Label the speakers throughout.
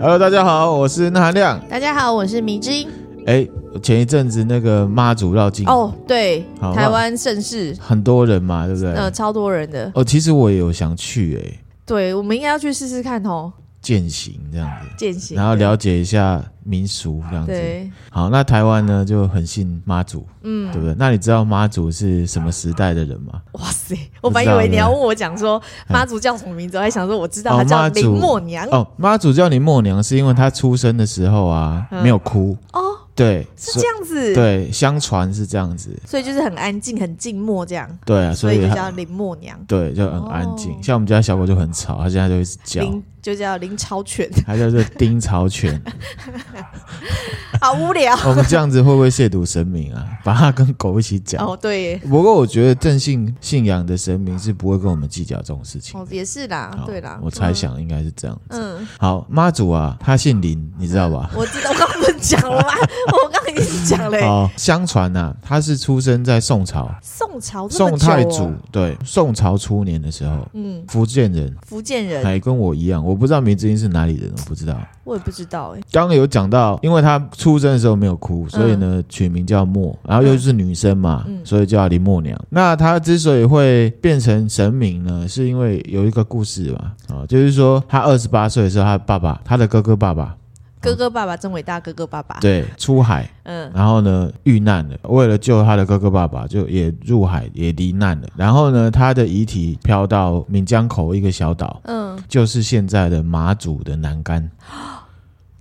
Speaker 1: Hello，大家好，我是那含亮。
Speaker 2: 大家好，我是迷之音。
Speaker 1: 哎，前一阵子那个妈祖绕境，
Speaker 2: 哦，对
Speaker 1: 好，
Speaker 2: 台湾盛世，
Speaker 1: 很多人嘛，对不对？
Speaker 2: 呃，超多人的。
Speaker 1: 哦，其实我也有想去哎、
Speaker 2: 对，我们应该要去试试看哦，
Speaker 1: 践行这样子，
Speaker 2: 践行。
Speaker 1: 然后了解一下民俗这样子。
Speaker 2: 对，
Speaker 1: 好，那台湾呢就很信妈祖，
Speaker 2: 嗯
Speaker 1: 对，不对？那你知道妈祖是什么时代的人吗？
Speaker 2: 哇塞，我本来以为你要问我讲说妈祖叫什么名字，我还想说我知道
Speaker 1: 哎哦
Speaker 2: 她叫
Speaker 1: 妈祖
Speaker 2: 林默娘。
Speaker 1: 哦，妈祖叫你默娘是因为她出生的时候啊、
Speaker 2: 嗯
Speaker 1: 没有哭，
Speaker 2: 哦，
Speaker 1: 对，
Speaker 2: 是
Speaker 1: 所
Speaker 2: 这样子。，
Speaker 1: 对，相传是这样子，
Speaker 2: 所以就是很安静、很静默这样，
Speaker 1: 对啊，所
Speaker 2: 所
Speaker 1: 以
Speaker 2: 以就
Speaker 1: 她
Speaker 2: 叫林默娘。
Speaker 1: 对就很安静。
Speaker 2: 哦
Speaker 1: 像我们家小狗就很吵，它现在就一直叫。
Speaker 2: 林就叫林超犬，
Speaker 1: 它叫做丁朝犬，
Speaker 2: 好无聊。
Speaker 1: 我们这样子会不会亵渎神明啊？把它跟狗一起讲。
Speaker 2: 哦，对耶，
Speaker 1: 不过我觉得正信信仰的神明是不会跟我们计较这种事情。
Speaker 2: 哦，也是啦，
Speaker 1: 好
Speaker 2: 对啦，
Speaker 1: 我猜想应该是这样。
Speaker 2: 嗯。嗯，
Speaker 1: 好，妈祖啊，他姓林，你知道吧？
Speaker 2: 我知道，我刚刚不是讲 了吗？我刚刚已经讲了耶。
Speaker 1: 哦，相传呐、啊，他是出生在宋朝，
Speaker 2: 宋朝哦这么
Speaker 1: 宋太
Speaker 2: 久哦
Speaker 1: 祖对，宋朝初年的时候，
Speaker 2: 嗯，
Speaker 1: 福建人，
Speaker 2: 福建人，
Speaker 1: 还跟我一样，我不知道明志英是哪里人，我不知道。
Speaker 2: 我也不知道哎、
Speaker 1: 刚刚有讲到，因为她出生的时候没有哭，所以呢取名叫默，然后又是女生嘛，
Speaker 2: 嗯
Speaker 1: 所以叫林默娘。那她之所以会变成神明呢，是因为有一个故事嘛，啊、就是说她二十八岁的时候，她爸爸，她的哥哥爸
Speaker 2: 啊
Speaker 1: 爸，
Speaker 2: 哥哥爸爸真伟大，哥哥爸爸。，
Speaker 1: 对，出海，
Speaker 2: 嗯，
Speaker 1: 然后呢遇难了，为了救她的哥哥爸爸，就也入海也罹难了。然后呢，她的遗体飘到闽江口一个小岛，
Speaker 2: 嗯，
Speaker 1: 就是现在的马祖的南竿。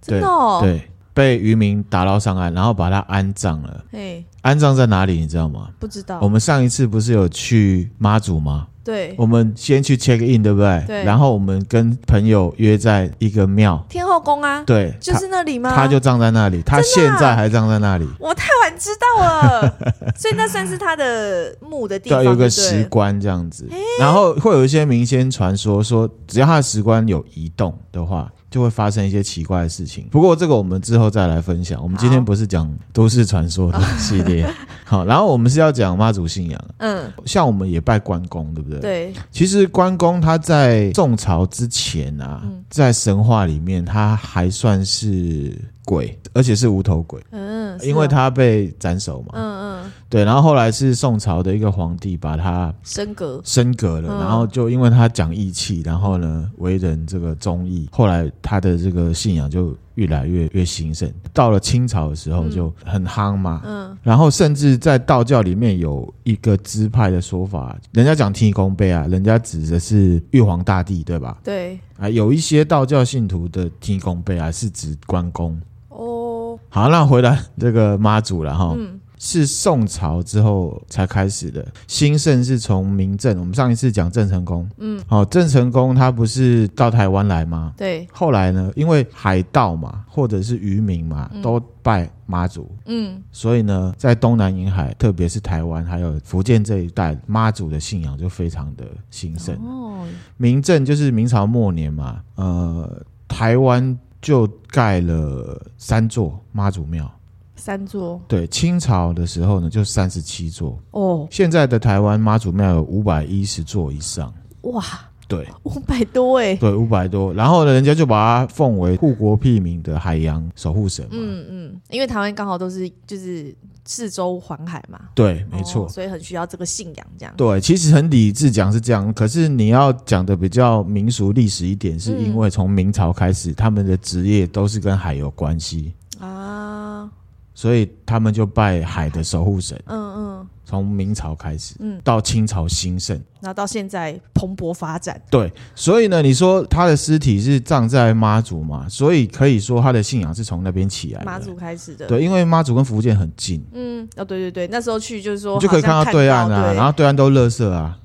Speaker 2: 真的哦。
Speaker 1: 对，被渔民打捞上岸，然后把他安葬了。
Speaker 2: 嘿，
Speaker 1: 安葬在哪里？你知道吗？
Speaker 2: 不知道。
Speaker 1: 我们上一次不是有去妈祖吗？
Speaker 2: 哦对，
Speaker 1: 我们先去 check in，对不对？
Speaker 2: 对
Speaker 1: 然后我们跟朋友约在一个庙，
Speaker 2: 天后宫啊，
Speaker 1: 对，
Speaker 2: 就是那里
Speaker 1: 他
Speaker 2: 吗？
Speaker 1: 他就葬在那里，他
Speaker 2: 真
Speaker 1: 现
Speaker 2: 的啊
Speaker 1: 在还葬在那里。
Speaker 2: 我太晚知道了， 所以那算是他的墓的地方，
Speaker 1: 对，有一个
Speaker 2: 对不对
Speaker 1: 石棺这样子，然后会有一些民间传说说，只要他的石棺有移动的话，就会发生一些奇怪的事情。不过这个我们之后再来分享。我们今天
Speaker 2: 好
Speaker 1: 不是讲都市传说 的系列，好，然后我们是要讲妈祖信仰，
Speaker 2: 嗯，
Speaker 1: 像我们也拜关公，对不对？。
Speaker 2: 对，
Speaker 1: 其实关公他在宋朝之前啊，
Speaker 2: 嗯
Speaker 1: 在神话里面他还算是鬼，而且是无头鬼，
Speaker 2: 嗯，是
Speaker 1: 因为
Speaker 2: 哦，
Speaker 1: 他被斩首嘛。
Speaker 2: 嗯嗯，
Speaker 1: 对，然后后来是宋朝的一个皇帝把他
Speaker 2: 升格，
Speaker 1: 升格了，
Speaker 2: 嗯
Speaker 1: 然后就因为他讲义气，然后呢为人这个忠义，后来他的这个信仰就越来越越兴盛。到了清朝的时候
Speaker 2: 嗯
Speaker 1: 就很夯嘛，
Speaker 2: 嗯
Speaker 1: 然后甚至在道教里面有一个支派的说法，人家讲天公杯啊，人家指的是玉皇大帝，对吧？
Speaker 2: 对，
Speaker 1: 啊，有一些道教信徒的天公杯啊是指关公。
Speaker 2: 哦，
Speaker 1: 好，那回来这个妈祖了哈，
Speaker 2: 嗯
Speaker 1: 是宋朝之后才开始的，兴盛是从明郑。我们上一次讲郑成功，
Speaker 2: 嗯，
Speaker 1: 哦，郑成功他不是到台湾来吗？
Speaker 2: 对，
Speaker 1: 后来呢，因为海盗嘛，或者是渔民嘛，
Speaker 2: 嗯
Speaker 1: 都拜妈祖，
Speaker 2: 嗯，
Speaker 1: 所以呢，在东南沿海，特别是台湾还有福建这一带，妈祖的信仰就非常的兴盛。
Speaker 2: 哦，
Speaker 1: 明郑就是明朝末年嘛，呃，台湾就盖了三座妈祖庙。
Speaker 2: 三座，
Speaker 1: 对，清朝的时候呢，就三十七座，
Speaker 2: 哦，
Speaker 1: 现在的台湾妈祖庙有五百一十座以上，
Speaker 2: 哇，
Speaker 1: 对
Speaker 2: 五百多哎，
Speaker 1: 对，五百多。然后呢，人家就把它奉为护国庇民的海洋守护神嘛。
Speaker 2: 嗯嗯，因为台湾刚好都是就是四周环海嘛，
Speaker 1: 对，没错。
Speaker 2: 哦所以很需要这个信仰这样。
Speaker 1: 对，其实很理智讲是这样，可是你要讲的比较民俗历史一点，是因为从明朝开始，他们的职业都是跟海有关系，
Speaker 2: 啊，
Speaker 1: 所以他们就拜海的守护神。
Speaker 2: 嗯嗯，
Speaker 1: 从明朝开始，
Speaker 2: 嗯
Speaker 1: 到清朝兴盛，
Speaker 2: 然后到现在蓬勃发展，
Speaker 1: 对，所以呢，你说他的尸体是葬在妈祖嘛，所以可以说他的信仰是从那边起来的。
Speaker 2: 马祖开始的。，
Speaker 1: 对，因为妈祖跟福建很近，
Speaker 2: 嗯，哦，对对对，那时候去就是说
Speaker 1: 你就可以
Speaker 2: 好像
Speaker 1: 到对岸
Speaker 2: 看到
Speaker 1: 啊，
Speaker 2: 对
Speaker 1: 然后对岸都垃圾啊。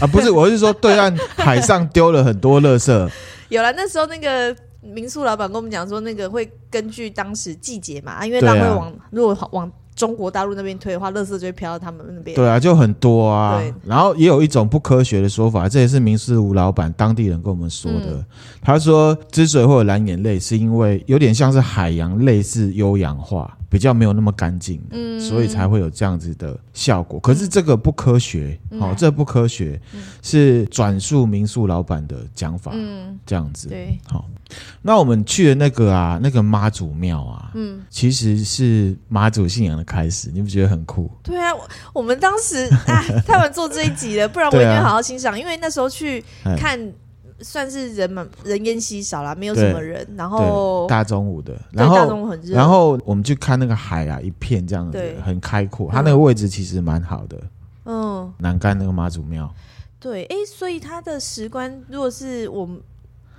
Speaker 1: 啊，不是，我是说对岸海上丢了很多垃圾，啊
Speaker 2: 有了那时候那个。民宿老板跟我们讲说，那个会根据当时季节嘛，啊因为
Speaker 1: 对啊
Speaker 2: 浪会往、如果往中国大陆那边推的话，垃圾就会飘到他们那边。
Speaker 1: 对啊，就很多啊
Speaker 2: 对。
Speaker 1: 然后也有一种不科学的说法，这也是明事吴老板当地人跟我们说的。
Speaker 2: 嗯
Speaker 1: 他说，之所以会有蓝眼泪，是因为有点像是海洋类似优氧化，比较没有那么干净的，
Speaker 2: 嗯
Speaker 1: 所以才会有这样子的效果。可是这个不科学，
Speaker 2: 嗯
Speaker 1: 哦，这不科学，是转述民宿老板的讲法，
Speaker 2: 嗯，
Speaker 1: 这样子。
Speaker 2: 对，
Speaker 1: 好，那我们去的那个啊，那个妈祖庙啊，
Speaker 2: 嗯，
Speaker 1: 其实是妈祖信仰的开始，你不觉得很酷？
Speaker 2: 对啊，我我们当时哎，太晚做这一集了，不然我
Speaker 1: 对
Speaker 2: 一
Speaker 1: 啊
Speaker 2: 定会好好欣赏，因为那时候去
Speaker 1: 哎
Speaker 2: 看。算是人蛮人烟稀少啦，没有
Speaker 1: 对
Speaker 2: 什么人。然后
Speaker 1: 对，大中午的，
Speaker 2: 哦对
Speaker 1: 然
Speaker 2: 大
Speaker 1: 后
Speaker 2: 众很热，
Speaker 1: 然后我们去看那个海啊，一片这样子
Speaker 2: 对，
Speaker 1: 很开阔，它那个位置其实蛮好的，
Speaker 2: 嗯，
Speaker 1: 南干那个妈祖庙。
Speaker 2: 对，哎，所以他的石棺，如果是我们，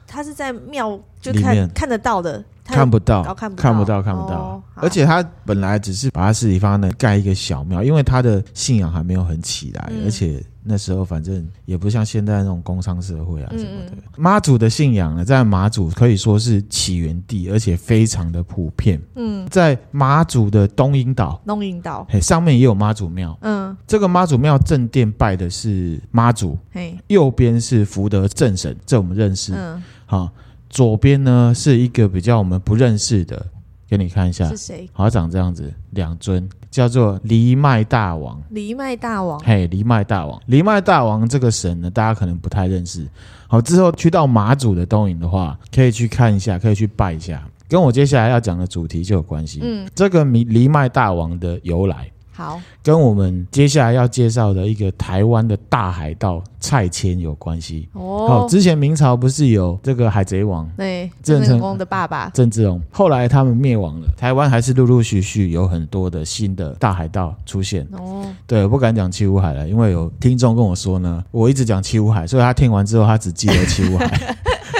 Speaker 2: 他是在庙就
Speaker 1: 里
Speaker 2: 看
Speaker 1: 面
Speaker 2: 看得到的，它
Speaker 1: 看不到，
Speaker 2: 哦看不到
Speaker 1: 看不到，看不到
Speaker 2: 哦。好
Speaker 1: 而且他本来只是把他尸体放在那盖一个小庙，因为他的信仰还没有很起来，
Speaker 2: 嗯
Speaker 1: 而且那时候反正也不像现在那种工商社会啊
Speaker 2: 嗯
Speaker 1: 什么的。妈祖的信仰呢，在马祖可以说是起源地，而且非常的普遍。
Speaker 2: 嗯，
Speaker 1: 在马祖的东引岛，
Speaker 2: 弄引导，
Speaker 1: 嘿，上面也有妈祖庙。
Speaker 2: 嗯，
Speaker 1: 这个妈祖庙正殿拜的是妈祖，
Speaker 2: 嘿，
Speaker 1: 右边是福德正神，这我们认识。
Speaker 2: 嗯，
Speaker 1: 好，左边呢是一个比较我们不认识的，给你看一下
Speaker 2: 是，谁？
Speaker 1: 好长这样子，两尊叫做黎麦大王。
Speaker 2: 黎麦大王，
Speaker 1: 嘿，黎麦大王，黎麦大王这个神呢，大家可能不太认识。好，之后去到马祖的东引的话，可以去看一下，可以去拜一下，跟我接下来要讲的主题就有关系。
Speaker 2: 嗯，
Speaker 1: 这个黎黎麦大王的由来，
Speaker 2: 好，
Speaker 1: 跟我们接下来要介绍的一个台湾的大海盗蔡牵有关系。好，
Speaker 2: 哦，
Speaker 1: 之前明朝不是有这个海贼王
Speaker 2: 对，
Speaker 1: 郑
Speaker 2: 郑
Speaker 1: 成
Speaker 2: 成功的爸爸，
Speaker 1: 郑志龙。后来他们灭亡了，台湾还是陆陆续续有很多的新的大海盗出现。
Speaker 2: 哦，
Speaker 1: 对，我不敢讲七武海了，因为有听众跟我说呢，我一直讲七武海，所以他听完之后他只记得七武海，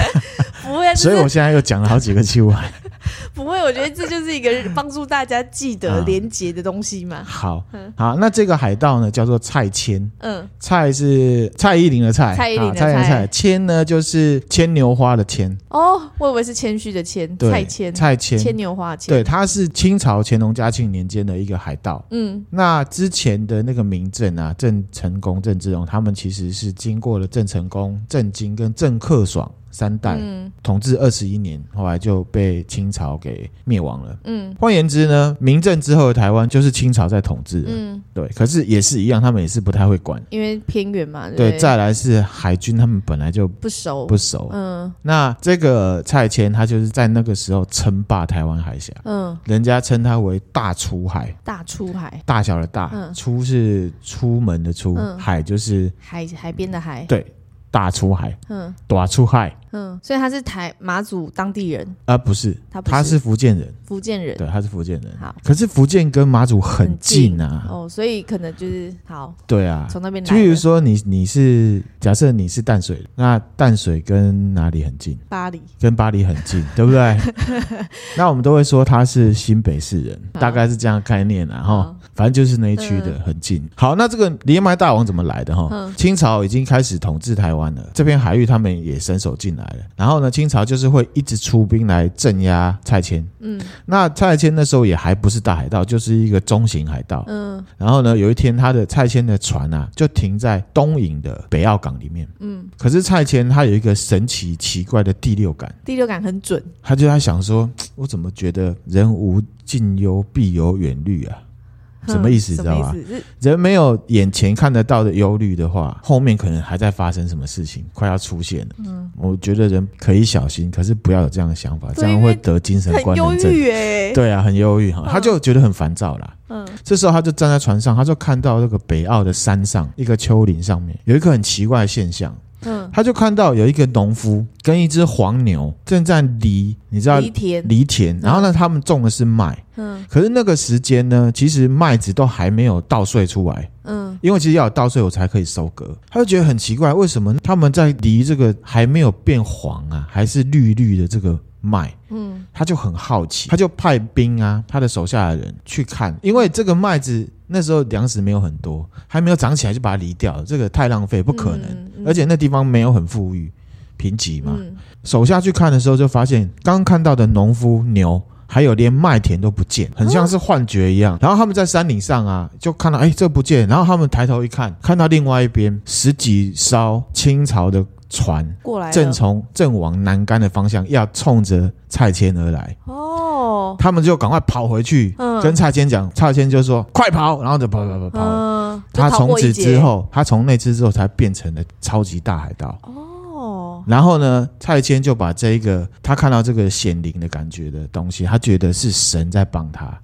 Speaker 2: 不会啊，
Speaker 1: 所以
Speaker 2: 这
Speaker 1: 我
Speaker 2: 是
Speaker 1: 现在又讲了好几个七武 海。
Speaker 2: 不会，我觉得这就是一个帮助大家记得
Speaker 1: 啊
Speaker 2: 连结的东 西嘛。
Speaker 1: 好，好，那这个海盗呢叫做蔡牵，
Speaker 2: 嗯，
Speaker 1: 蔡是蔡依林的蔡，
Speaker 2: 蔡依林的
Speaker 1: 啊蔡依林
Speaker 2: 蔡
Speaker 1: 蔡，牵呢就是牵牛花的牵，
Speaker 2: 哦，我以为是谦虚的谦，
Speaker 1: 对，
Speaker 2: 蔡谦，
Speaker 1: 蔡牵，
Speaker 2: 牵牛花的牵，
Speaker 1: 对，他是清朝乾隆嘉庆年间的一个海盗。
Speaker 2: 嗯，
Speaker 1: 那之前的那个明政啊，郑成功、郑芝龙，他们其实是经过了郑成功、郑经跟郑克爽三代、
Speaker 2: 嗯
Speaker 1: 统治二十一年，后来就被清朝给灭亡了。
Speaker 2: 嗯
Speaker 1: 换言之呢，明政之后的台湾就是清朝在统治了，
Speaker 2: 嗯，
Speaker 1: 对，啊可是也是一样，他们也是不太会管。
Speaker 2: 因为偏远嘛，不
Speaker 1: 对，再来是海军，他们本来就
Speaker 2: 不熟，
Speaker 1: 不熟。
Speaker 2: 嗯
Speaker 1: 那这个蔡牵，他就是在那个时候称霸台湾海峡，
Speaker 2: 嗯，
Speaker 1: 人家称他为大出海。
Speaker 2: 大出海，
Speaker 1: 大小的大，
Speaker 2: 嗯
Speaker 1: 出是出门的出，
Speaker 2: 嗯
Speaker 1: 海就是
Speaker 2: 海海边的海，
Speaker 1: 对大出海，
Speaker 2: 嗯
Speaker 1: 大出海，
Speaker 2: 嗯，所以他是台马祖当地人，
Speaker 1: 啊，不是，
Speaker 2: 他不
Speaker 1: 他
Speaker 2: 是
Speaker 1: 是福建人，
Speaker 2: 福建人，
Speaker 1: 对，他是福建人
Speaker 2: 好。
Speaker 1: 可是福建跟马祖很近啊，
Speaker 2: 哦，所以可能就是好
Speaker 1: 对啊。
Speaker 2: 从那边来
Speaker 1: 就
Speaker 2: 的，
Speaker 1: 比如说你你是假设你是淡水，那淡水跟哪里很近？
Speaker 2: 巴黎，
Speaker 1: 跟巴黎很近，对不 对？那我们都会说他是新北市人，
Speaker 2: 好
Speaker 1: 大概是这样的概念啊，哈。
Speaker 2: 嗯
Speaker 1: 反正就是那一区的、很近。好，那这个连麦大王怎么来的哈？
Speaker 2: 嗯
Speaker 1: 清朝已经开始统治台湾了，这片海域他们也伸手进来了。然后呢，清朝就是会一直出兵来镇压蔡牵。
Speaker 2: 嗯
Speaker 1: 那蔡牵那时候也还不是大海盗，就是一个中型海盗。
Speaker 2: 嗯
Speaker 1: 然后呢，有一天他的蔡牵的船啊，就停在东引的北澳港里面。
Speaker 2: 嗯，
Speaker 1: 可是蔡牵他有一个神奇奇怪的第六感，
Speaker 2: 第六感很准
Speaker 1: 他就在想说，嘖我怎么觉得人无近忧必有远虑啊？什么意思
Speaker 2: 嗯
Speaker 1: 你知道吧
Speaker 2: 什么意思是
Speaker 1: 人没有眼前看得到的忧虑的话，后面可能还在发生什么事情，快要出现了。嗯，我觉得人可以小心，可是不要有这样的想法，
Speaker 2: 对
Speaker 1: 这样会得精神
Speaker 2: 很
Speaker 1: 官
Speaker 2: 忧
Speaker 1: 能症。
Speaker 2: 郁哎，
Speaker 1: 对啊，很忧郁哈，他就觉得很烦躁啦。
Speaker 2: 嗯
Speaker 1: 这时候他就站在船上，他就看到那个北澳的山上一个丘陵上面有一个很奇怪的现象，
Speaker 2: 嗯，
Speaker 1: 他就看到有一个农夫跟一只黄牛正在犁，你知道
Speaker 2: 犁田，
Speaker 1: 犁田，然后呢，他们种的是麦，
Speaker 2: 嗯
Speaker 1: 可是那个时间呢，其实麦子都还没有稻穗出来。
Speaker 2: 嗯
Speaker 1: 因为其实要有稻穗我才可以收割。他就觉得很奇怪，为什么他们在离这个还没有变黄啊，还是绿绿的这个麦，
Speaker 2: 嗯
Speaker 1: 他就很好奇，他就派兵啊，他的手下的人去看，因为这个麦子那时候粮食没有很多，还没有长起来就把它犁掉，这个太浪费，不可能。
Speaker 2: 嗯嗯
Speaker 1: 而且那地方没有很富裕，贫瘠嘛。
Speaker 2: 嗯
Speaker 1: 手下去看的时候就发现，刚看到的农夫牛。还有连麦田都不见，很像是幻觉一
Speaker 2: 哦
Speaker 1: 样。然后他们在山顶上啊，就看到哎、这不见，然后他们抬头一看，看到另外一边十几艘清朝的船
Speaker 2: 过来了
Speaker 1: 正从正往南竿的方向，要冲着蔡牵而来。
Speaker 2: 哦，哦，
Speaker 1: 他们就赶快跑回去，
Speaker 2: 嗯
Speaker 1: 跟蔡牵讲，蔡牵就说快跑，然后就跑跑跑跑。
Speaker 2: 嗯，就
Speaker 1: 他
Speaker 2: 逃
Speaker 1: 从
Speaker 2: 过一
Speaker 1: 此
Speaker 2: 劫
Speaker 1: 之后，他从那次之后才变成了超级大海盗。
Speaker 2: 哦，
Speaker 1: 然后呢，蔡牵就把这一个他看到这个显灵的感觉的东西，他觉得是神在帮他，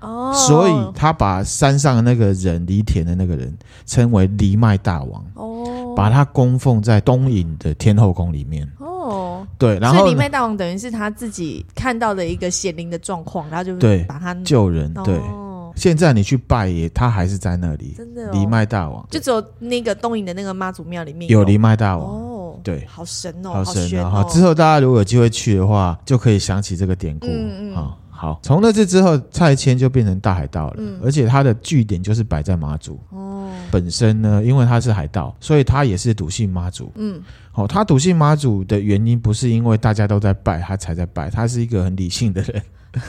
Speaker 2: 哦，
Speaker 1: 所以他把山上的那个人犁田的那个人称为犁麦大王，
Speaker 2: 哦，
Speaker 1: 把他供奉在东引的天后宫里面。
Speaker 2: 哦，
Speaker 1: 对，然
Speaker 2: 所以
Speaker 1: 后
Speaker 2: 李
Speaker 1: 呢
Speaker 2: 麦大王等于是他自己看到的一个显灵的状况，然后就
Speaker 1: 对
Speaker 2: 把他
Speaker 1: 救人。对，
Speaker 2: 哦
Speaker 1: 现在你去拜也，他还是在那里。
Speaker 2: 真的哦
Speaker 1: 犁麦大王
Speaker 2: 就只有那个东营的那个妈祖庙里面
Speaker 1: 有犁麦大王，
Speaker 2: 哦，
Speaker 1: 对
Speaker 2: 好神哦，
Speaker 1: 好神
Speaker 2: 玄
Speaker 1: 啊！
Speaker 2: 哦
Speaker 1: 哈，之后大家如果有机会去的话，就可以想起这个典故。
Speaker 2: 嗯嗯
Speaker 1: 啊好，从那次之后，蔡牵就变成大海盗了，
Speaker 2: 嗯
Speaker 1: 而且他的据点就是摆在马祖。
Speaker 2: 哦，
Speaker 1: 本身呢，因为他是海盗，所以他也是笃信妈祖。
Speaker 2: 嗯
Speaker 1: 哦，他笃信妈祖的原因不是因为大家都在拜他才在拜，他是一个很理性的人。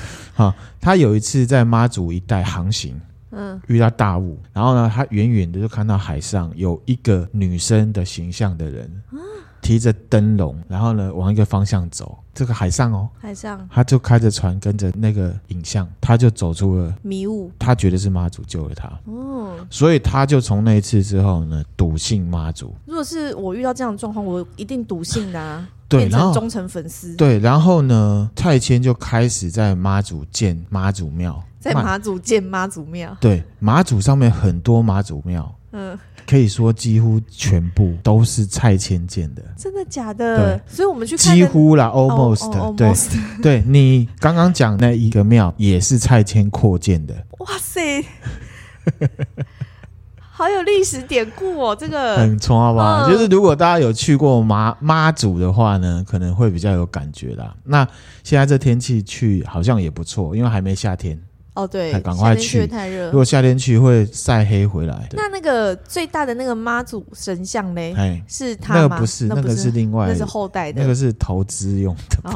Speaker 1: 哈、他有一次在妈祖一带航行，
Speaker 2: 嗯
Speaker 1: 遇到大雾，然后呢，他远远的就看到海上有一个女生的形象的人，提着灯笼，然后呢往一个方向走，这个海上哦，
Speaker 2: 海上
Speaker 1: 他就开着船跟着那个影像，他就走出了，
Speaker 2: 迷雾
Speaker 1: 他觉得是妈祖救了他，
Speaker 2: 哦。
Speaker 1: 所以他就从那一次之后呢，笃信妈祖。
Speaker 2: 如果是我遇到这样的状况，我一定笃信的啊，
Speaker 1: 对，
Speaker 2: 变
Speaker 1: 然
Speaker 2: 成
Speaker 1: 后
Speaker 2: 忠诚粉丝，
Speaker 1: 对，然后呢，蔡牵就开始在妈祖建妈祖庙，
Speaker 2: 在
Speaker 1: 妈
Speaker 2: 马祖建妈祖庙，
Speaker 1: 对马祖上面很多妈祖庙，
Speaker 2: 嗯，
Speaker 1: 可以说几乎全部都是蔡牵建的。
Speaker 2: 真的假的？所以我们去看
Speaker 1: 几
Speaker 2: 的
Speaker 1: 乎啦
Speaker 2: 哦哦
Speaker 1: ，almost，、对
Speaker 2: almost
Speaker 1: 对，你刚刚讲那一个庙也是蔡牵扩建的，
Speaker 2: 哇塞，好有历史典故哦，这个
Speaker 1: 很冲好不好？
Speaker 2: 嗯
Speaker 1: 就是如果大家有去过妈妈祖的话呢，可能会比较有感觉啦。那现在这天气去好像也不错，因为还没夏天。
Speaker 2: 哦对，
Speaker 1: 哎赶快
Speaker 2: 夏天去
Speaker 1: 去
Speaker 2: 得太热
Speaker 1: 如。果夏天去会晒黑回来。
Speaker 2: 呃那那个最大的那个妈祖神像嘞，
Speaker 1: 哎，
Speaker 2: 是他
Speaker 1: 那个
Speaker 2: 吗？
Speaker 1: 不是，那
Speaker 2: 不
Speaker 1: 个是另外
Speaker 2: 那，是后代的
Speaker 1: 那个是投资用的。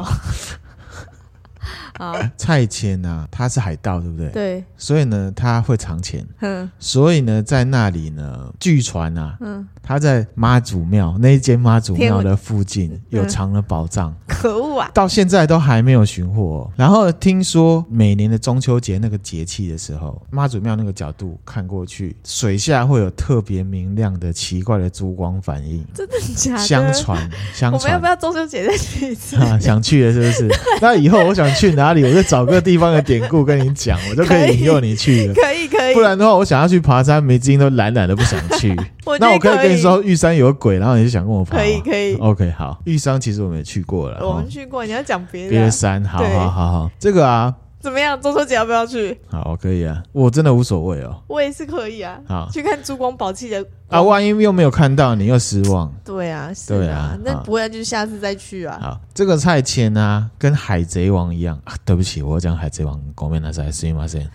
Speaker 2: 啊，
Speaker 1: 蔡牵啊，他是海盗，对不对？
Speaker 2: 对，
Speaker 1: 所以呢，他会藏钱。
Speaker 2: 嗯
Speaker 1: 所以呢，在那里呢，据传啊，
Speaker 2: 嗯，
Speaker 1: 他在妈祖庙那一间妈祖
Speaker 2: 天嗯
Speaker 1: 庙的附近有藏了宝藏，
Speaker 2: 可恶啊，
Speaker 1: 到现在都还没有寻获、哦。然后听说每年的中秋节那个节气的时候，妈祖庙那个角度看过去，水下会有特别明亮的奇怪的珠光反应。
Speaker 2: 真的假的？
Speaker 1: 相 传，相
Speaker 2: 我们
Speaker 1: 传
Speaker 2: 要不。要中秋节再去一 次？
Speaker 1: 啊，想去了是不是？那以后我想去哪里，我就找个地方的典故跟你讲，我就可以引诱你去了。
Speaker 2: 可以可以
Speaker 1: 不，然的话，我想要去爬山，没筋都懒懒的不想去。
Speaker 2: 我觉
Speaker 1: 那
Speaker 2: 得
Speaker 1: 我可以跟你说，玉山有鬼，然后你就想跟我爬吗？
Speaker 2: 可以可以，
Speaker 1: OK，好，玉山其实我们也去过了，哦
Speaker 2: 我们去过，你要讲别
Speaker 1: 别
Speaker 2: 的
Speaker 1: 的
Speaker 2: 啊，
Speaker 1: 山，好
Speaker 2: 对
Speaker 1: 好好好，这个啊，
Speaker 2: 怎么样？中秋节要不要去？
Speaker 1: 好可以啊，我真的无所谓哦。
Speaker 2: 我也是可以啊，
Speaker 1: 好
Speaker 2: 去看珠光宝气的
Speaker 1: 啊，万一又没有看到，你又失望。
Speaker 2: 对啊，是
Speaker 1: 对
Speaker 2: 啊
Speaker 1: 啊，
Speaker 2: 那
Speaker 1: 啊
Speaker 2: 不会啊就是下次再去啊。
Speaker 1: 好，这个蔡牵啊，跟海贼王一样啊，对不起，我讲海贼王，ごめんなさい、すみません。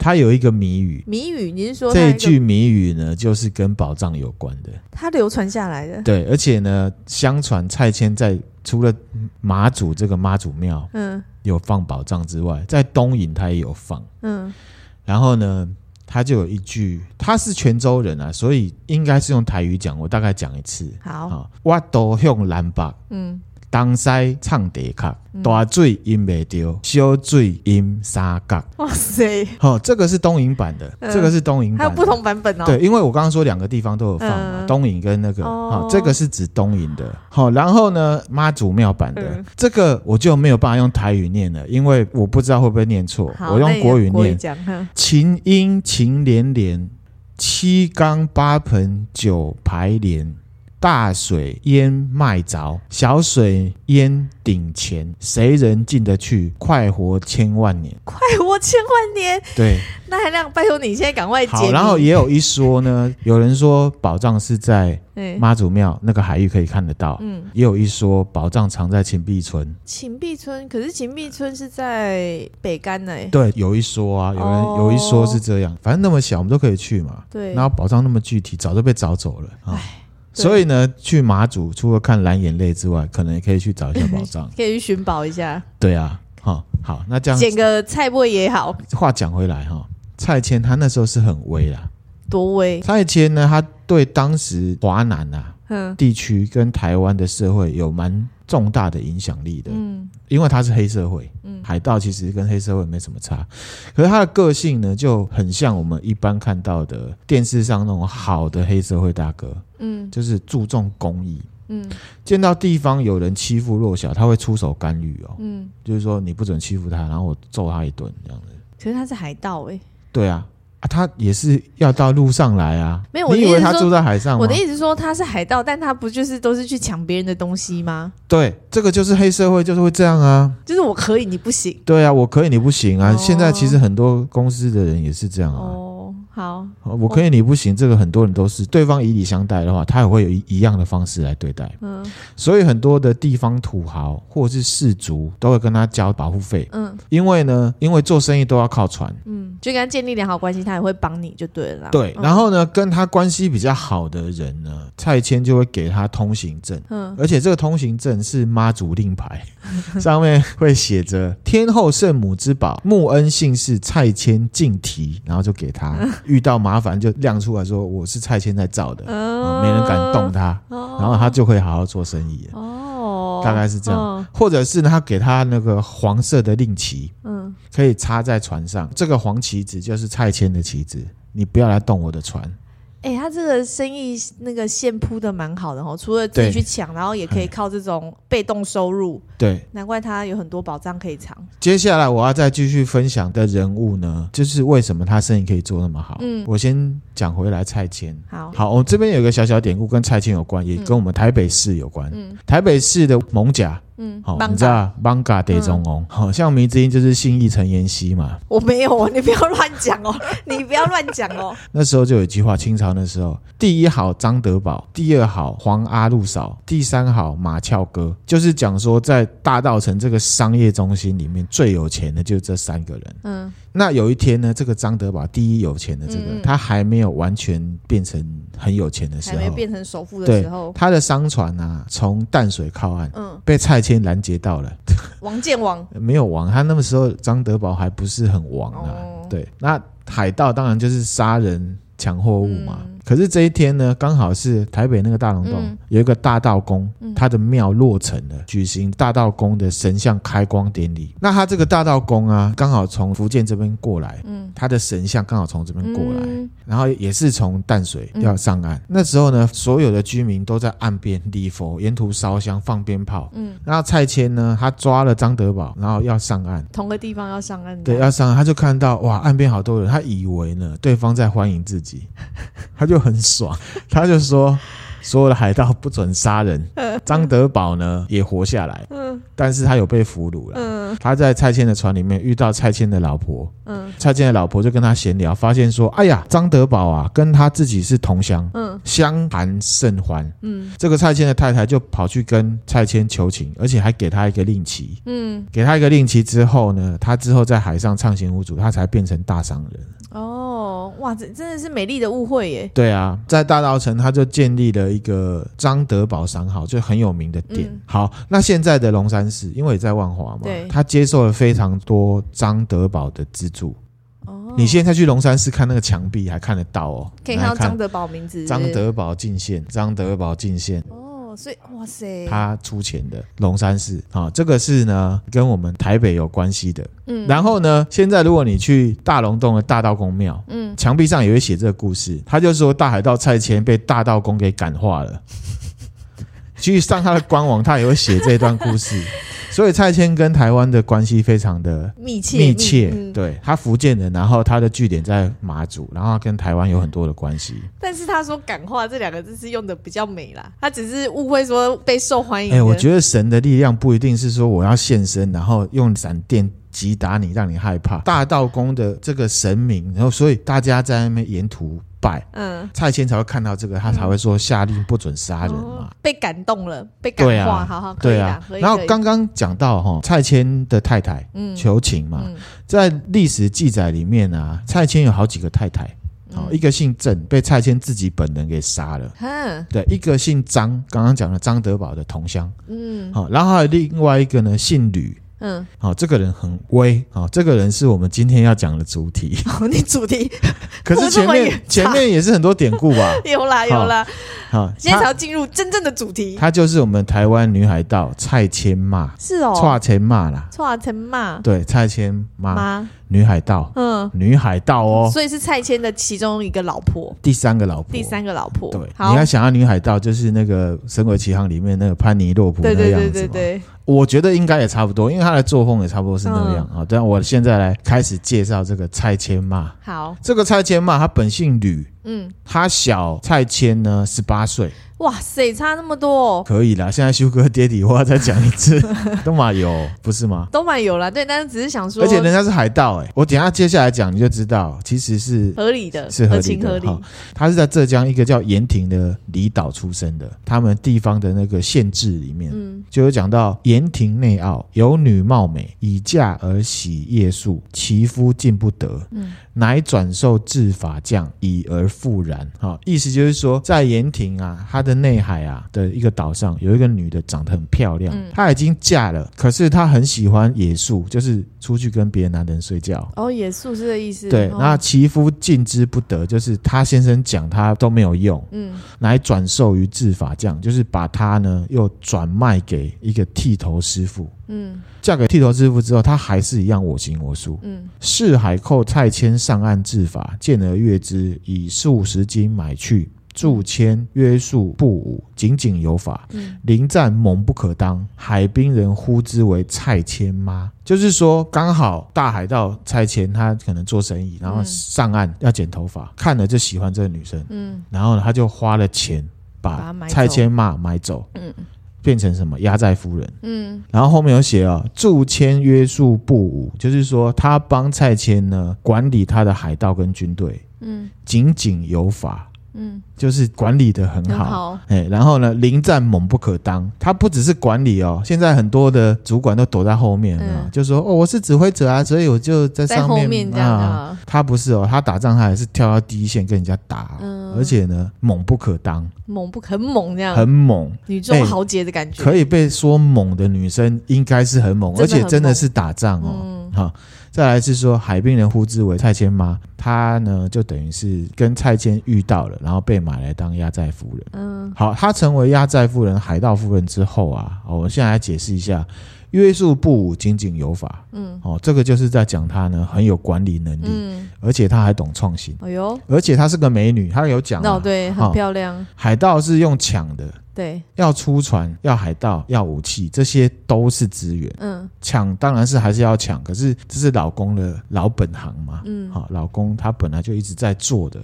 Speaker 1: 他有一个谜语，
Speaker 2: 谜语，你是说它
Speaker 1: 这一
Speaker 2: 一个
Speaker 1: 句谜语呢，就是跟宝藏有关的。
Speaker 2: 它流传下来的？
Speaker 1: 对，而且呢，相传蔡牵在除了马祖这个妈祖庙
Speaker 2: 嗯
Speaker 1: 有放宝藏之外，在东引他也有放。
Speaker 2: 嗯，
Speaker 1: 然后呢，他就有一句，他是泉州人啊，所以应该是用台语讲，我大概讲一次
Speaker 2: 好，
Speaker 1: 啊。我都向南北，
Speaker 2: 嗯，
Speaker 1: 东西唱地卡
Speaker 2: 嗯，
Speaker 1: 大水淹袂着，小水淹三角。
Speaker 2: 哇塞，
Speaker 1: 好、这个是东引版的，
Speaker 2: 嗯
Speaker 1: 这个是东引版
Speaker 2: 还有
Speaker 1: 的
Speaker 2: 不同版本哦。
Speaker 1: 对，，因为我刚刚说两个地方都有放嘛，
Speaker 2: 嗯
Speaker 1: 东引跟那个，好、
Speaker 2: 哦
Speaker 1: 这个是指东引的。好、然后呢，妈祖庙版的、
Speaker 2: 嗯
Speaker 1: 这个我就没有办法用台语念了，因为我不知道会不会念错，
Speaker 2: 好，
Speaker 1: 我
Speaker 2: 那
Speaker 1: 用
Speaker 2: 你
Speaker 1: 国语
Speaker 2: 国语
Speaker 1: 念。
Speaker 2: 讲嗯哈。
Speaker 1: 琴音琴连连，七缸八盆九排连。大水淹麦着，小水淹顶前，谁人进得去？快活千万年。
Speaker 2: 快活千万年，
Speaker 1: 对，
Speaker 2: 那还亮，拜托你现在赶快解
Speaker 1: 好，
Speaker 2: 谜。
Speaker 1: 然后也有一说呢，有人说宝藏是在
Speaker 2: 嗯
Speaker 1: 妈祖庙那个海域可以看得到，
Speaker 2: 嗯，哎
Speaker 1: 也有一说宝藏藏在秦壁村。
Speaker 2: 秦壁村，可是秦壁村是在北干呢。欸
Speaker 1: 对，有一说啊，有人、
Speaker 2: 哦
Speaker 1: 有一说是这样，反正那么小，我们都可以去嘛。
Speaker 2: 对，
Speaker 1: 然后宝藏那么具体，早就被找走了啊。
Speaker 2: 对。
Speaker 1: 所以呢，去马祖除了看蓝眼泪之外，可能也可以去找一下宝藏
Speaker 2: 可以去寻宝一下，
Speaker 1: 对啊，哈、好，那这样
Speaker 2: 捡个菜味也好，
Speaker 1: 话讲回来哈、蔡牵他那时候是很威啦。
Speaker 2: 多威。
Speaker 1: 蔡牵呢，他对当时华南啊，
Speaker 2: 嗯
Speaker 1: 地区跟台湾的社会有蛮重大的影响力的，
Speaker 2: 嗯
Speaker 1: 因为他是黑社会，
Speaker 2: 嗯
Speaker 1: 海盗其实跟黑社会没什么差，可是他的个性呢就很像我们一般看到的电视上那种好的黑社会大哥，
Speaker 2: 嗯
Speaker 1: 就是注重公益。
Speaker 2: 嗯
Speaker 1: 见到地方有人欺负弱小，他会出手干预哦，
Speaker 2: 嗯，
Speaker 1: 就是说你不准欺负他，然后我揍他一顿这样子。
Speaker 2: 可是他是海盗哎、
Speaker 1: 对啊，啊，他也是要到路上来啊。
Speaker 2: 没有我的
Speaker 1: 你以
Speaker 2: 意思
Speaker 1: 为
Speaker 2: 是
Speaker 1: 他
Speaker 2: 说
Speaker 1: 住在海上吗？
Speaker 2: 我的意思说他是海盗，但他不就是都是去抢别人的东西吗？
Speaker 1: 对，这个就是黑社会，就是会这样啊。
Speaker 2: 就是我可以，你不行。
Speaker 1: 对啊，我可以你不行啊。
Speaker 2: 哦
Speaker 1: 现在其实很多公司的人也是这样啊。
Speaker 2: 哦，好，
Speaker 1: 我可以你不行，这个很多人都是。对方以礼相待的话，他也会有一一样的方式来对待。
Speaker 2: 嗯
Speaker 1: 所以很多的地方土豪或者是士族都会跟他交保护费，
Speaker 2: 嗯
Speaker 1: 因为呢，因为做生意都要靠船。
Speaker 2: 嗯，就跟他建立良好关系，他也会帮你就对了啦。
Speaker 1: 对，
Speaker 2: 嗯
Speaker 1: 然后呢，跟他关系比较好的人呢，蔡牵就会给他通行证。
Speaker 2: 嗯
Speaker 1: 而且这个通行证是妈祖令牌， 上面会写着“天后圣母之宝，穆恩姓氏蔡牵敬提”，然后就给 他。遇到麻烦就亮出来说我是蔡牵在造的，啊
Speaker 2: 嗯
Speaker 1: 没人敢动。他，
Speaker 2: 哦
Speaker 1: 然后他就会好好做生意了，
Speaker 2: 哦，
Speaker 1: 大概是这样。
Speaker 2: 样。
Speaker 1: 或者是呢，他给他那个黄色的令旗，
Speaker 2: 嗯
Speaker 1: 可以插在船上，这个黄旗子就是蔡牵的旗子，你不要来动我的船。
Speaker 2: 哎、他这个生意那个线铺的蛮好的哦，除了自
Speaker 1: 对
Speaker 2: 己去抢，然后也可以靠这种被动收入，
Speaker 1: 对，
Speaker 2: 难怪他有很多宝藏可以藏。
Speaker 1: 接下来我要再继续分享的人物呢，就是为什么他生意可以做那么好。
Speaker 2: 嗯
Speaker 1: 我先讲回来蔡牵。
Speaker 2: 好，
Speaker 1: 好，我、这边有一个小小典故跟蔡牵有关，也跟我们台北市有关。
Speaker 2: 嗯
Speaker 1: 台北市的蒙甲，
Speaker 2: 嗯，
Speaker 1: 好、
Speaker 2: 棒
Speaker 1: 你知
Speaker 2: 棒
Speaker 1: 道 Manga 得中翁，好、像名之音就是信义陈妍希嘛。
Speaker 2: 我没有哦，你不要乱讲哦，你不要乱讲 哦。
Speaker 1: 那时候就有一句话，清朝那时候，第一好张德宝，第二好黄阿禄嫂，第三好马翘哥，就是讲说在大道城这个商业中心里面最有钱的就是这三个人。
Speaker 2: 嗯
Speaker 1: 那有一天呢，这个张德宝第一有钱的这个，
Speaker 2: 嗯嗯
Speaker 1: 他还没有完全变成很有钱的时
Speaker 2: 还
Speaker 1: 候
Speaker 2: 没，变成首富的
Speaker 1: 哦对
Speaker 2: 时候，
Speaker 1: 他的商船啊，从淡水靠岸
Speaker 2: 嗯，
Speaker 1: 被蔡牵拦截到了，
Speaker 2: 王 建王，
Speaker 1: 没有亡。他那个时候张德宝还不是很亡啊，
Speaker 2: 哦
Speaker 1: 对。那海盗当然就是杀人抢货物嘛。
Speaker 2: 嗯
Speaker 1: 可是这一天呢，刚好是台北那个大龙洞、
Speaker 2: 嗯
Speaker 1: 有一个大道公，
Speaker 2: 嗯
Speaker 1: 他的庙落成了，举行大道公的神像开光典礼。那他这个大道公啊，刚好从福建这边过来。
Speaker 2: 嗯，
Speaker 1: 他的神像刚好从这边过来，
Speaker 2: 嗯
Speaker 1: 然后也是从淡水要上岸。那时候呢，所有的居民都在岸边礼佛，沿途烧香、放鞭炮。
Speaker 2: 嗯，
Speaker 1: 然后蔡牵呢，他抓了张德宝，然后要上岸。
Speaker 2: 同个地方要上岸的，
Speaker 1: 对，要啊上岸，他就看到哇，岸边好多人，他以为呢对方在欢迎自 己，他就很爽，他就说所有的海盗不准杀 人。张德宝呢也活下来，
Speaker 2: 嗯
Speaker 1: 但是他有被俘虏了。
Speaker 2: 嗯
Speaker 1: 他在蔡牵的船里面遇到蔡牵的老婆，
Speaker 2: 嗯
Speaker 1: 蔡健的老婆就跟他闲聊，发现说：“哎呀，张德宝啊，跟他自己是同乡，
Speaker 2: 嗯
Speaker 1: 相谈甚欢。
Speaker 2: 嗯”
Speaker 1: 这个蔡健的太太就跑去跟蔡牵求情，而且还给他一个令旗。
Speaker 2: 嗯，
Speaker 1: 给他一个令旗之后呢，他之后在海上畅行无阻，他才变成大商人。
Speaker 2: 哦，哇，这真的是美丽的误会耶。
Speaker 1: 对啊，在大稻城他就建立了一个张德宝商号，就很有名的店。
Speaker 2: 嗯
Speaker 1: 好，那现在的龙山寺，因为也在万华嘛
Speaker 2: 对，
Speaker 1: 他接受了非常多张德宝的资助。
Speaker 2: 哦，
Speaker 1: 你现在去龙山寺看那个墙壁，还看得到哦，
Speaker 2: 可以看到
Speaker 1: 来
Speaker 2: 张德宝名字，
Speaker 1: 张。德宝进献，张德宝进献。
Speaker 2: 哦，所以哇塞，
Speaker 1: 他出钱的龙山寺啊、这个是呢跟我们台北有关系的。
Speaker 2: 嗯
Speaker 1: 然后呢，现在如果你去大龙洞的大道公庙，
Speaker 2: 嗯，
Speaker 1: 墙壁上也会写这个故事。他就说大海盗蔡牵被大道公给感化 了。去上他的官网，他也会写这段故 事。所以蔡牵跟台湾的关系非常的
Speaker 2: 密切
Speaker 1: 密切，
Speaker 2: 嗯
Speaker 1: 对他福建人，然后他的据点在马祖，然后他跟台湾有很多的关系。
Speaker 2: 但是他说“感化”这两个字是用的比较美啦，他只是误会说被受欢迎
Speaker 1: 哎、
Speaker 2: 的。
Speaker 1: 我觉得神的力量不一定是说我要现身，然后用闪电击打你，让你害怕。大道公的这个神明，然后所以大家在那边沿途拜。
Speaker 2: 嗯，
Speaker 1: 蔡牵才会看到这个，他才会说下令不准杀人嘛
Speaker 2: 哦。被感动了，被感
Speaker 1: 对
Speaker 2: 化，
Speaker 1: 啊，
Speaker 2: 好好，可以
Speaker 1: 对
Speaker 2: 啦
Speaker 1: 啊
Speaker 2: 可以。
Speaker 1: 然后
Speaker 2: 可以
Speaker 1: 刚刚讲到哈，蔡牵的太太
Speaker 2: 嗯
Speaker 1: 求情嘛，
Speaker 2: 嗯
Speaker 1: 在历史记载里面啊，蔡牵有好几个太太，哦，
Speaker 2: 嗯
Speaker 1: 一个姓郑，被蔡牵自己本人给杀了。
Speaker 2: 哼
Speaker 1: 对，一个姓张，刚刚讲的张德宝的同乡，
Speaker 2: 嗯
Speaker 1: 好、然后还有另外一个呢姓吕，
Speaker 2: 嗯，
Speaker 1: 好、这个人很威，好、这个人是我们今天要讲的主题。
Speaker 2: 哦， 你主题
Speaker 1: 可是前
Speaker 2: 我这么
Speaker 1: 面
Speaker 2: 远
Speaker 1: 前面也是很多典故吧？
Speaker 2: 有啦有啦，
Speaker 1: 好，
Speaker 2: 现在才
Speaker 1: 她
Speaker 2: 要进入真正的主题。
Speaker 1: 她就是我们台湾女海盗蔡千骂，
Speaker 2: 是哦，
Speaker 1: 蔡千骂啦，
Speaker 2: 错成骂
Speaker 1: 对，蔡千骂
Speaker 2: 妈，
Speaker 1: 女海盗，
Speaker 2: 嗯，
Speaker 1: 女海盗哦，
Speaker 2: 所以是蔡牵的其中一个老婆，
Speaker 1: 第三个老婆，
Speaker 2: 第三个老婆。
Speaker 1: 对，
Speaker 2: 好
Speaker 1: 你，要想要女海盗，就是那个《神鬼奇航》里面那个潘尼洛普那
Speaker 2: 对
Speaker 1: 个
Speaker 2: 对
Speaker 1: 样子
Speaker 2: 对
Speaker 1: 嘛。
Speaker 2: 对对，
Speaker 1: 我觉得应该也差不多，因为他的作风也差不多是那个样
Speaker 2: 嗯
Speaker 1: 啊。但我现在来开始介绍这个蔡千骂。
Speaker 2: 好，
Speaker 1: 这个蔡千骂，他本姓吕，
Speaker 2: 嗯，
Speaker 1: 他小蔡千呢十八岁，
Speaker 2: 哇塞，差那么多哦，
Speaker 1: 可以啦。现在修哥爹底话再讲一 次，都嘛有不是吗？
Speaker 2: 都蛮有啦，对，但是只是想说，
Speaker 1: 而且人家是海盗哎、我等一下接下来讲你就知道，其实是
Speaker 2: 合理的，
Speaker 1: 是合理的
Speaker 2: 情合理。
Speaker 1: 哈他是在浙江一个叫盐亭的离岛出生的，他们地方的那个县志里面，
Speaker 2: 嗯，
Speaker 1: 就有讲到盐亭内澳有女貌美，以嫁而喜夜宿，其夫进不得，
Speaker 2: 嗯
Speaker 1: 乃转授制法匠，以而复然。哈、意思就是说，在盐亭啊，它的内海啊的一个岛上，有一个女的长得很漂亮，
Speaker 2: 嗯
Speaker 1: 她已经嫁了，可是她很喜欢野宿，就是出去跟别的男人睡觉。
Speaker 2: 哦，也素是这意思。
Speaker 1: 对
Speaker 2: 哦，
Speaker 1: 那其夫尽之不得，就是他先生讲他都没有用，
Speaker 2: 嗯
Speaker 1: 来转售于制法匠，就是把他呢又转卖给一个剃头师傅。
Speaker 2: 嗯
Speaker 1: 嫁给剃头师傅之后，他还是一样我行我素。
Speaker 2: 嗯，
Speaker 1: 是海寇蔡牵上岸制法，见而悦之，以数十金买去，铸签约束布武，井井有法。
Speaker 2: 嗯
Speaker 1: 临战猛不可当，海滨人呼之为蔡牵妈。就是说，刚好大海盗蔡牵他可能做生意，然后
Speaker 2: 嗯
Speaker 1: 上岸要剪头发，看了就喜欢这个女生，
Speaker 2: 嗯
Speaker 1: 然后呢他就花了钱
Speaker 2: 把她
Speaker 1: 把
Speaker 2: 买走
Speaker 1: 蔡牵妈买走，
Speaker 2: 嗯
Speaker 1: 变成什么压寨夫人。
Speaker 2: 嗯
Speaker 1: 然后后面有写啊、驻签约束部伍，就是说他帮蔡牵呢管理他的海盗跟军队，
Speaker 2: 嗯
Speaker 1: 井井有法，
Speaker 2: 嗯，
Speaker 1: 就是管理的很
Speaker 2: 很
Speaker 1: 好。
Speaker 2: 好。
Speaker 1: 哎，然后呢，临战猛不可当。他不只是管理哦，现在很多的主管都躲在后面，有没有
Speaker 2: 嗯
Speaker 1: 就说哦，我是指挥者啊，所以我就在
Speaker 2: 在
Speaker 1: 上
Speaker 2: 后
Speaker 1: 面
Speaker 2: 面这样
Speaker 1: 啊。
Speaker 2: 啊，
Speaker 1: 他不是哦，他打仗他还是跳到第一线跟人家打、
Speaker 2: 嗯
Speaker 1: 而且呢，猛不可当，
Speaker 2: 猛不很猛这样，
Speaker 1: 很猛，
Speaker 2: 女中豪杰的感觉。
Speaker 1: 可以被说猛的女生应该是很猛，
Speaker 2: 真的
Speaker 1: 而且
Speaker 2: 很
Speaker 1: 真的
Speaker 2: 猛
Speaker 1: 是打仗哦。
Speaker 2: 嗯
Speaker 1: 好，再来是说海滨人呼之为蔡千妈，她呢就等于是跟蔡牵遇到了，然后被买来当压寨夫人。
Speaker 2: 嗯
Speaker 1: 好，她成为压寨夫人、海盗夫人之后啊，哦我现在来解释一下，约束不武，井井有法。
Speaker 2: 嗯
Speaker 1: 哦，这个就是在讲她呢很有管理能力，
Speaker 2: 嗯，
Speaker 1: 而且她还懂创新，
Speaker 2: 哎呦，
Speaker 1: 而且她是个美女，她有讲、
Speaker 2: 哦
Speaker 1: 啊，
Speaker 2: 对，
Speaker 1: 好
Speaker 2: 很漂亮，
Speaker 1: 海盗是用抢的，
Speaker 2: 对，
Speaker 1: 要出船，要海盗，要武器，这些都是资源。
Speaker 2: 嗯
Speaker 1: 抢当然是还是要抢，可是这是老公的老本行嘛。
Speaker 2: 嗯
Speaker 1: 好、老公他本来就一直在做的。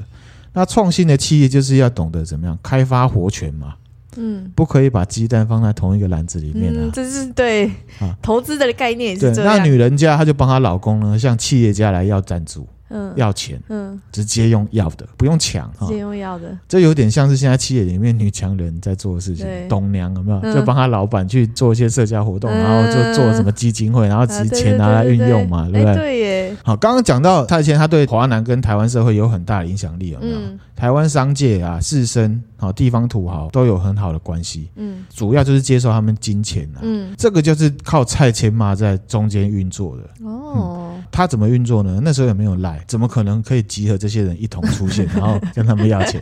Speaker 1: 那创新的企业就是要懂得怎么样开发活泉嘛，
Speaker 2: 嗯
Speaker 1: 不可以把鸡蛋放在同一个篮子里面啊
Speaker 2: 嗯，。这是对
Speaker 1: 啊
Speaker 2: 投资的概念也
Speaker 1: 对
Speaker 2: 是，这
Speaker 1: 那
Speaker 2: 样，
Speaker 1: 女人家她就帮她老公呢，向企业家来要赞助、
Speaker 2: 嗯
Speaker 1: 要钱，
Speaker 2: 嗯，
Speaker 1: 直接用要的，不用抢哈。
Speaker 2: 借用药的，
Speaker 1: 这有点像是现在企业里面女强人在做的事情
Speaker 2: 对，
Speaker 1: 董娘有没有？
Speaker 2: 嗯
Speaker 1: 就帮她老板去做一些社交活动，
Speaker 2: 嗯
Speaker 1: 然后就做什么基金会，然后
Speaker 2: 啊
Speaker 1: 直
Speaker 2: 对
Speaker 1: 接钱拿来
Speaker 2: 对
Speaker 1: 运
Speaker 2: 对
Speaker 1: 用嘛，
Speaker 2: 对
Speaker 1: 啊对不
Speaker 2: 哎
Speaker 1: 对？
Speaker 2: 对耶，
Speaker 1: 好，刚刚讲到蔡牵，他对华南跟台湾社会有很大的影响力，有没有？
Speaker 2: 嗯
Speaker 1: 台湾商界啊、士绅、好地方土豪都有很好的关系，
Speaker 2: 嗯
Speaker 1: 主要就是接受他们金钱啊。
Speaker 2: 嗯，
Speaker 1: 这个就是靠蔡牵嘛在中间运作的。
Speaker 2: 哦，
Speaker 1: 他怎么运作呢？那时候也没有赖，怎么可能可以集合这些人一同出 现，然后跟他们要钱？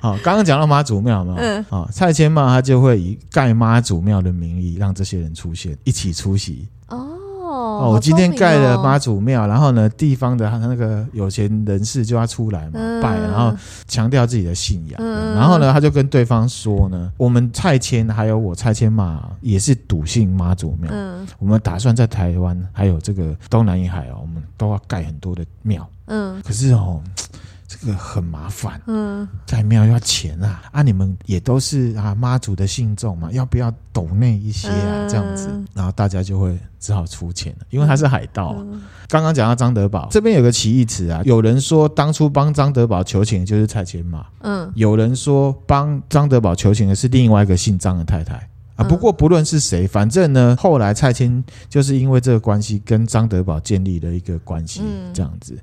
Speaker 1: 好，刚刚讲到妈祖庙有没有？
Speaker 2: 嗯
Speaker 1: 好，蔡牵嘛，他就会以盖妈祖庙的名义让这些人出现，一起出席。
Speaker 2: 哦，
Speaker 1: 哦，我今天盖了妈
Speaker 2: 吗？
Speaker 1: 祖庙，然后呢，地方的那个有钱人士就要出来嘛、
Speaker 2: 嗯
Speaker 1: 拜，然后强调自己的信仰。啊
Speaker 2: 嗯
Speaker 1: 然后呢，他就跟对方说呢，我们蔡牵还有我蔡牵嘛，也是笃信妈祖庙，
Speaker 2: 嗯
Speaker 1: 我们打算在台湾还有这个东南沿海哦，我们都要盖很多的庙。
Speaker 2: 嗯
Speaker 1: 可是哦，这个很麻烦，
Speaker 2: 嗯
Speaker 1: 盖庙要钱啊！啊，你们也都是啊妈祖的信众嘛，要不要抖内一些啊？
Speaker 2: 嗯
Speaker 1: 这样子，然后大家就会只好出钱了，因为他是海盗啊、
Speaker 2: 嗯
Speaker 1: 刚刚讲到张德宝，这边有个奇异词啊，有人说当初帮张德宝求情的就是蔡千马，
Speaker 2: 嗯
Speaker 1: 有人说帮张德宝求情的是另外一个姓张的太太。啊，
Speaker 2: 嗯
Speaker 1: 不过不论是谁，反正呢，后来蔡牵就是因为这个关系跟张德宝建立了一个关系，
Speaker 2: 嗯
Speaker 1: 这样子。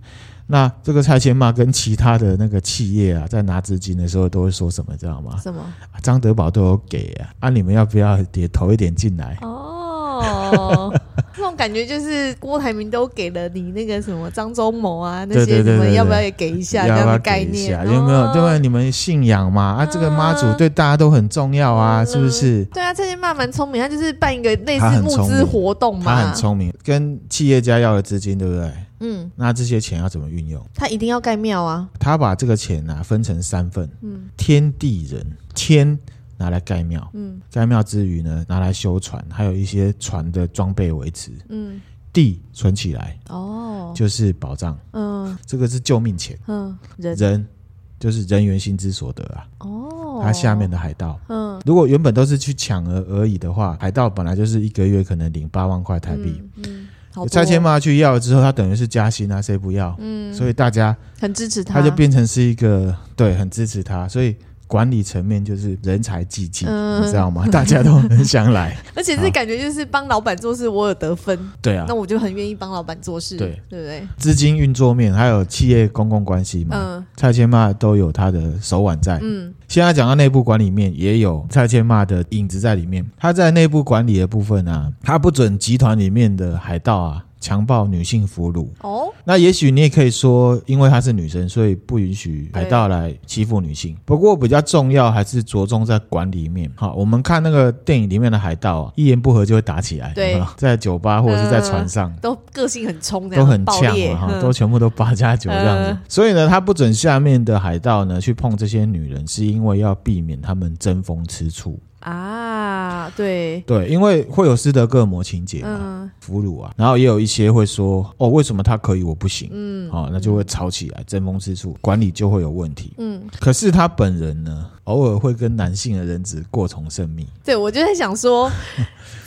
Speaker 1: 那这个蔡牵嘛，跟其他的那个企业啊，在拿资金的时候都会说什么，知道吗？
Speaker 2: 什 么？
Speaker 1: 啊张德宝都有给啊，啊，你们要不要也投一点进来？
Speaker 2: 哦，这种感觉就是郭台铭都给了你那个什么张忠谋啊那
Speaker 1: 对对
Speaker 2: 些
Speaker 1: 对
Speaker 2: 什么，
Speaker 1: 对对
Speaker 2: 要不要也给一下这
Speaker 1: 要
Speaker 2: 样
Speaker 1: 不
Speaker 2: 的
Speaker 1: 要
Speaker 2: 概
Speaker 1: 给一
Speaker 2: 念
Speaker 1: 下？有没有？
Speaker 2: 哦
Speaker 1: 对啊不对？你们信仰嘛，啊，这个妈祖
Speaker 2: 嗯
Speaker 1: 对大家都很重要啊，是不是？
Speaker 2: 对啊，蔡健爸蛮聪明，他就是办一个类
Speaker 1: 他
Speaker 2: 似
Speaker 1: 很
Speaker 2: 募
Speaker 1: 聪
Speaker 2: 资
Speaker 1: 明
Speaker 2: 活动
Speaker 1: 他
Speaker 2: 嘛，
Speaker 1: 很聪明，跟企业家要的资金，对不对？
Speaker 2: 嗯，
Speaker 1: 那这些钱要怎么运用？
Speaker 2: 他一定要盖庙啊，
Speaker 1: 他把这个钱呐、分成三份，
Speaker 2: 嗯
Speaker 1: 天地人，天拿来盖庙，
Speaker 2: 嗯
Speaker 1: 盖庙之余呢，拿来修船，还有一些船的装备维持；
Speaker 2: 嗯，
Speaker 1: 地存起来
Speaker 2: 哦，
Speaker 1: 就是保障，
Speaker 2: 嗯
Speaker 1: 这个是救命钱；
Speaker 2: 嗯，人
Speaker 1: 人就是人员薪资所得啊，
Speaker 2: 哦，
Speaker 1: 他下面的海盗。
Speaker 2: 嗯
Speaker 1: 如果原本都是去抢而而已的话，海盗本来就是一个月可能领八万块台币，
Speaker 2: 嗯嗯，好多
Speaker 1: 拆迁妈去要了之后，他等于是加薪啊，谁不要？
Speaker 2: 嗯，
Speaker 1: 所以大家
Speaker 2: 很支持
Speaker 1: 他就变成是一个对，很支持他，所以管理层面就是人才济济，
Speaker 2: 嗯
Speaker 1: 你知道吗？ 大家都很想来，
Speaker 2: 而且是
Speaker 1: 好
Speaker 2: 感觉就是帮老板做事，我有得分，
Speaker 1: 对啊
Speaker 2: 那，我就很愿意帮老板做事，
Speaker 1: 对
Speaker 2: 对不对？
Speaker 1: 资金运作面还有企业公共关系嘛，
Speaker 2: 嗯
Speaker 1: 蔡千骂都有他的手腕在。
Speaker 2: 嗯
Speaker 1: 现在讲到内部管理面，也有蔡千骂的影子在里面。他在内部管理的部分啊，他不准集团里面的海盗啊强暴女性俘虏。
Speaker 2: 哦，
Speaker 1: 那也许你也可以说，因为她是女生，所以不允许海盗来欺负女性。不过比较重要还是着重在管理面。好，我们看那个电影里面的海盗啊，一言不合就会打起来，
Speaker 2: 对
Speaker 1: 有没有在酒吧或者是在船上。
Speaker 2: 都个性很冲，
Speaker 1: 都很
Speaker 2: 暴
Speaker 1: 呛
Speaker 2: 烈，
Speaker 1: 嘛哈，
Speaker 2: 嗯
Speaker 1: 都全部都八加九这样子
Speaker 2: 嗯，
Speaker 1: 所以呢，他不准下面的海盗呢去碰这些女人，是因为要避免他们争风吃醋。
Speaker 2: 啊，对，
Speaker 1: 对，因为会有斯德哥尔摩情节嘛，
Speaker 2: 嗯
Speaker 1: 俘虏啊，然后也有一些会说哦，为什么他可以我不行？嗯，好、那就会吵起来，争风吃醋，管理就会有问题。
Speaker 2: 嗯，
Speaker 1: 可是他本人呢，偶尔会跟男性的人质过从甚密，
Speaker 2: 对，我就在 想说，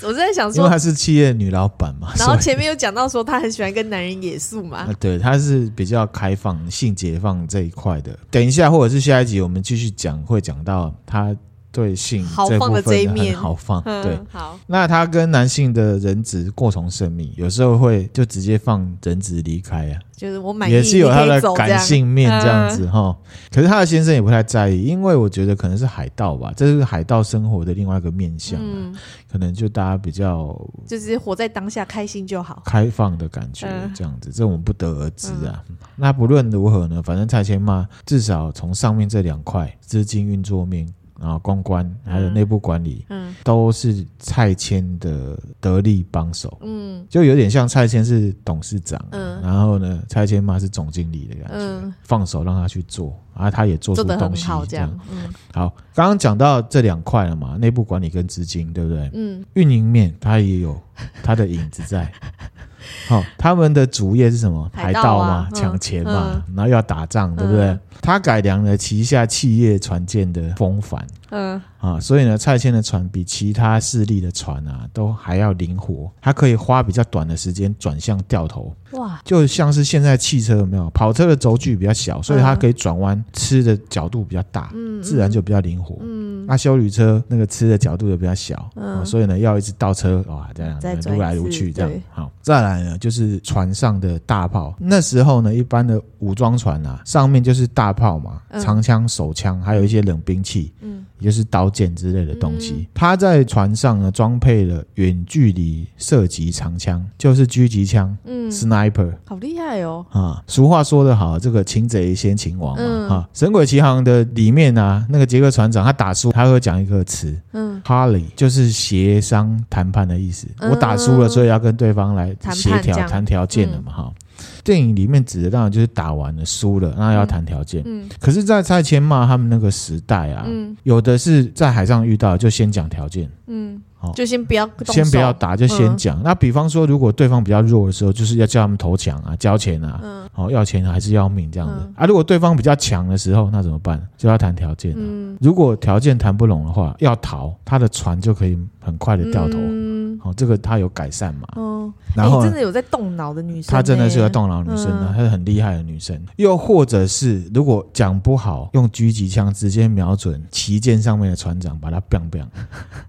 Speaker 2: 我就在想
Speaker 1: 因为
Speaker 2: 说，
Speaker 1: 她是企业女老板嘛，
Speaker 2: 然后
Speaker 1: 所以
Speaker 2: 前面有讲到说他很喜欢跟男人野宿嘛
Speaker 1: 啊，，对，她是比较开放性解放这一块的。等一下或者是下一集我们继续讲，会讲到她对性
Speaker 2: 豪
Speaker 1: 这部
Speaker 2: 放
Speaker 1: 分
Speaker 2: 的这一
Speaker 1: 很
Speaker 2: 面
Speaker 1: 豪放，
Speaker 2: 嗯，
Speaker 1: 对。
Speaker 2: 好，
Speaker 1: 那她跟男性的人质过从甚密，有时候会就直接放人质离开啊。
Speaker 2: 就是我满意，
Speaker 1: 也是有他
Speaker 2: 你可
Speaker 1: 的
Speaker 2: 以走这
Speaker 1: 感
Speaker 2: 样，
Speaker 1: 性面这样子哈、可是他的先生也不太在意，因为我觉得可能是海盗吧，这是海盗生活的另外一个面向啊、
Speaker 2: 嗯，
Speaker 1: 可能就大家比较
Speaker 2: 就是活在当下，开心就好。
Speaker 1: 开放的感觉
Speaker 2: 嗯
Speaker 1: 这样子，这我们不得而知啊。那不论如何呢，反正蔡千嘛，至少从上面这两块资金运作面。然后公关还有内部管理、
Speaker 2: 嗯
Speaker 1: 都是蔡千的得力帮手，
Speaker 2: 嗯
Speaker 1: 就有点像蔡千是董事长，啊
Speaker 2: 嗯
Speaker 1: 然后呢，蔡千妈是总经理的感觉，
Speaker 2: 嗯，
Speaker 1: 放手让他去做，啊，他也做出
Speaker 2: 做的
Speaker 1: 东
Speaker 2: 很
Speaker 1: 西
Speaker 2: 好，这样。，嗯
Speaker 1: 好，刚刚讲到这两块了嘛，内部管理跟资金，对不对？
Speaker 2: 嗯
Speaker 1: 运营面它也有它的影子 在。好、他们的主业是什么？
Speaker 2: 海
Speaker 1: 海
Speaker 2: 盗
Speaker 1: 盗
Speaker 2: 啊
Speaker 1: 嘛，
Speaker 2: 嗯
Speaker 1: 抢钱嘛，然后又要打仗，对不对？
Speaker 2: 嗯
Speaker 1: 他改良了旗下企业船舰的风帆
Speaker 2: 嗯
Speaker 1: 啊，所以呢，蔡牵的船比其他势力的船啊都还要灵活，它可以花比较短的时间转向掉头，
Speaker 2: 嗯哇，
Speaker 1: 就像是现在汽车有没有跑车的轴距比较小，所以它可以转弯吃的角度比较大，
Speaker 2: 嗯
Speaker 1: 自然就比较灵活。
Speaker 2: 嗯
Speaker 1: 那修理车那个吃的角度也比较小，
Speaker 2: 嗯
Speaker 1: 哦所以呢要一直倒车哇，这样
Speaker 2: 再转一次
Speaker 1: 撸来撸去这样
Speaker 2: 对。
Speaker 1: 好，再来呢就是船上的大炮，那时候呢一般的武装船啊，上面就是大炮嘛，
Speaker 2: 嗯
Speaker 1: 长枪、手枪，还有一些冷兵器，
Speaker 2: 嗯
Speaker 1: 也就是刀剑之类的东
Speaker 2: 嗯
Speaker 1: 西。它在船上呢装配了远距离射击长枪，就是狙击枪
Speaker 2: 嗯，
Speaker 1: （sniper）。
Speaker 2: 好厉害哦，
Speaker 1: 啊，俗话说得好，这个擒贼先擒王嘛。
Speaker 2: 嗯
Speaker 1: 啊，《神鬼奇航》的里面啊，那个杰克船长他打输，他会讲一个词
Speaker 2: 嗯
Speaker 1: h a r l e y 就是协商谈判的意思。
Speaker 2: 嗯
Speaker 1: 我打输了，所以要跟对方来
Speaker 2: 谈判
Speaker 1: 协调
Speaker 2: 这样嗯
Speaker 1: 谈条件了嘛，哈、电影里面指的当然就是打完了输了，那要谈条件。
Speaker 2: 嗯
Speaker 1: 可是，在蔡千骂他们那个时代啊，
Speaker 2: 嗯
Speaker 1: 有的是在海上遇到就先讲条件，
Speaker 2: 嗯
Speaker 1: 好，
Speaker 2: 就先不要动手嗯
Speaker 1: 先不要，打，就先讲。那比方说，如果对方比较弱的时候，就是要叫他们投降啊，交钱啊，
Speaker 2: 嗯
Speaker 1: 哦，要钱还是要命这样子、
Speaker 2: 嗯
Speaker 1: 啊？如果对方比较强的时候，那怎么办？就要谈条件、啊。
Speaker 2: 嗯，
Speaker 1: 如果条件谈不拢的话，要逃，他的船就可以很快的掉头。哦
Speaker 2: 嗯
Speaker 1: 好、这个他有改善嘛？
Speaker 2: 哦，
Speaker 1: 然后
Speaker 2: 哎
Speaker 1: 呢
Speaker 2: 真的有在动脑的女生呢，
Speaker 1: 她真的是有动脑女生的，
Speaker 2: 嗯
Speaker 1: 她是很厉害的女生。又或者是如果讲不好，用狙击枪直接瞄准旗舰上面的船长，把他 biang biang。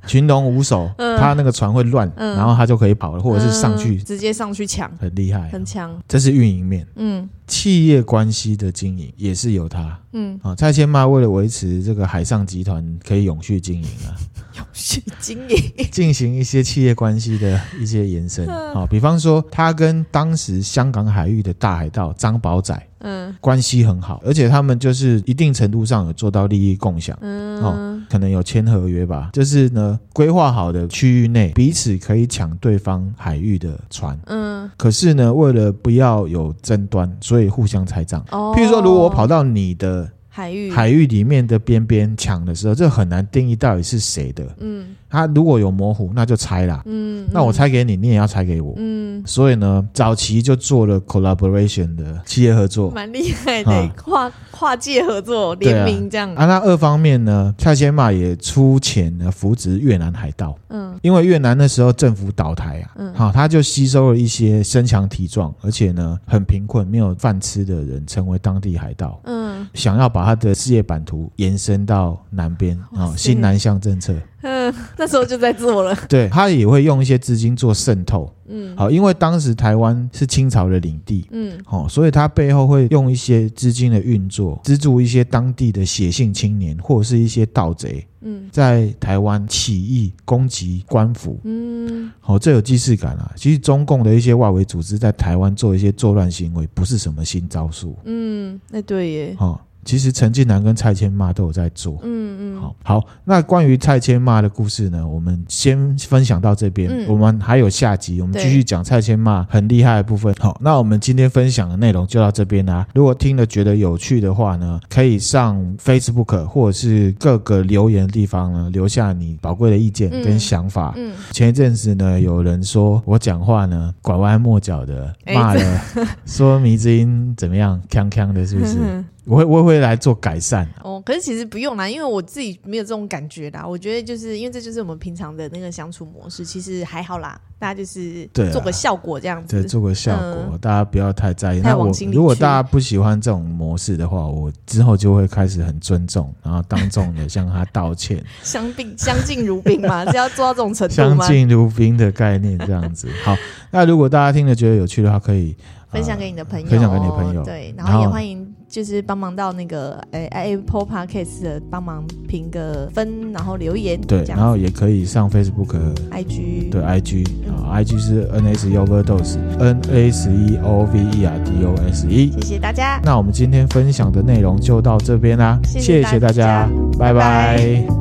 Speaker 1: 群龙无首，
Speaker 2: 嗯
Speaker 1: 他那个船会乱，
Speaker 2: 嗯
Speaker 1: 然后他就可以跑了，或者是上去哎
Speaker 2: 嗯直接上去抢，
Speaker 1: 很厉害。
Speaker 2: 很强，
Speaker 1: 这是运营面，
Speaker 2: 嗯
Speaker 1: 企业关系的经营也是有他。
Speaker 2: 嗯，
Speaker 1: 啊，蔡千妈为了维持这个海上集团可以永续经营啊，
Speaker 2: 永续经营，
Speaker 1: 进行一些企业关系的一些延伸啊、好比方说他跟当时香港海域的大海盗张宝仔
Speaker 2: 嗯
Speaker 1: 关系很好，而且他们就是一定程度上有做到利益共享。
Speaker 2: 嗯，
Speaker 1: 哦可能有签合约吧，就是呢，规划好的区域内彼此可以抢对方海域的船，
Speaker 2: 嗯
Speaker 1: 可是呢，为了不要有争端，所以互相拆账。
Speaker 2: 哦，
Speaker 1: 譬如说，如果我跑到你的
Speaker 2: 海域，
Speaker 1: 海域里面的边边抢的时候，这很难定义到底是谁的。
Speaker 2: 嗯
Speaker 1: 他如果有模糊，那就拆啦。
Speaker 2: 嗯，
Speaker 1: 那我拆给你，你也要拆给我。
Speaker 2: 嗯，
Speaker 1: 所以呢，早期就做了 collaboration 的企业合作。
Speaker 2: 蛮厉害的
Speaker 1: 啊，
Speaker 2: 跨跨界合作
Speaker 1: 对啊
Speaker 2: 联名这样，
Speaker 1: 啊，那二方面呢，蔡先马也出钱呢扶植越南海盗，
Speaker 2: 嗯
Speaker 1: 因为越南那时候政府倒台啊，
Speaker 2: 嗯
Speaker 1: 好、他就吸收了一些身强体壮，而且呢很贫困、没有饭吃的人，成为当地海盗，
Speaker 2: 嗯
Speaker 1: 想要把他的事业版图延伸到南边啊、
Speaker 2: 哇塞
Speaker 1: 新南向政策，
Speaker 2: 嗯，那时候就在做了，
Speaker 1: 对他也会用一些资金做渗透，
Speaker 2: 嗯
Speaker 1: 好、因为当时台湾是清朝的领地。
Speaker 2: 嗯
Speaker 1: 哦，所以他背后会用一些资金的运作，资助一些当地的血性青年或者是一些盗贼，
Speaker 2: 嗯
Speaker 1: 在台湾起义攻击官府，
Speaker 2: 嗯，
Speaker 1: 好、这有既视感啊。其实中共的一些外围组织在台湾做一些作乱行为，不是什么新招数。
Speaker 2: 嗯，那对耶，
Speaker 1: 哦，其实陈近南跟蔡千骂都有在做。
Speaker 2: 嗯嗯，
Speaker 1: 好好，那关于蔡千骂的故事呢，我们先分享到这边。
Speaker 2: 嗯
Speaker 1: 我们还有下集，我们继续讲蔡千骂很厉害的部分。好，那我们今天分享的内容就到这边啦、如果听了觉得有趣的话呢，可以上 Facebook 或者是各个留言的地方呢，留下你宝贵的意见跟
Speaker 2: 嗯
Speaker 1: 想法。
Speaker 2: 嗯，
Speaker 1: 前一阵子呢，有人说我讲话呢拐弯抹角的，
Speaker 2: 哎
Speaker 1: 骂了，说迷之音怎么样，锵锵的，是 不是？我会我会来做改善。
Speaker 2: 哦，可是其实不用啦，因为我自己没有这种感觉啦。我觉得就是因为这就是我们平常的那个相处模式，其实还好啦，大家就是
Speaker 1: 对啊
Speaker 2: 做个效果这样
Speaker 1: 对，
Speaker 2: 子。
Speaker 1: 做个效果，
Speaker 2: 嗯
Speaker 1: 大家不要太在意。
Speaker 2: 太
Speaker 1: 那
Speaker 2: 往
Speaker 1: 我
Speaker 2: 心里
Speaker 1: 如果
Speaker 2: 去
Speaker 1: 大家不喜欢这种模式的话，我之后就会开始很尊重，然后当众的向他道 歉，
Speaker 2: 相敬相敬如宾嘛，是要做到这种程度
Speaker 1: 相
Speaker 2: 吗？
Speaker 1: 敬如宾的概念这样子。好，那如果大家听了觉得有趣的话，可以、呃
Speaker 2: 分享给你的朋友，
Speaker 1: 分享给你的朋友
Speaker 2: 对，然
Speaker 1: 然
Speaker 2: 后
Speaker 1: 后
Speaker 2: 也欢迎就是帮忙到那个诶、Apple Podcast 的帮忙评个分，然后留言，
Speaker 1: 对，
Speaker 2: 这
Speaker 1: 然
Speaker 2: 样
Speaker 1: 后也可以上 Facebook
Speaker 2: IG
Speaker 1: 对，IG 啊，IG 是 N S E Overdose，N A 十一 O V E R D O S E。
Speaker 2: 谢谢大家。
Speaker 1: 那我们今天分享的内容就到这边啦，
Speaker 2: 谢谢
Speaker 1: 谢大
Speaker 2: 大家
Speaker 1: 拜
Speaker 2: 拜
Speaker 1: 拜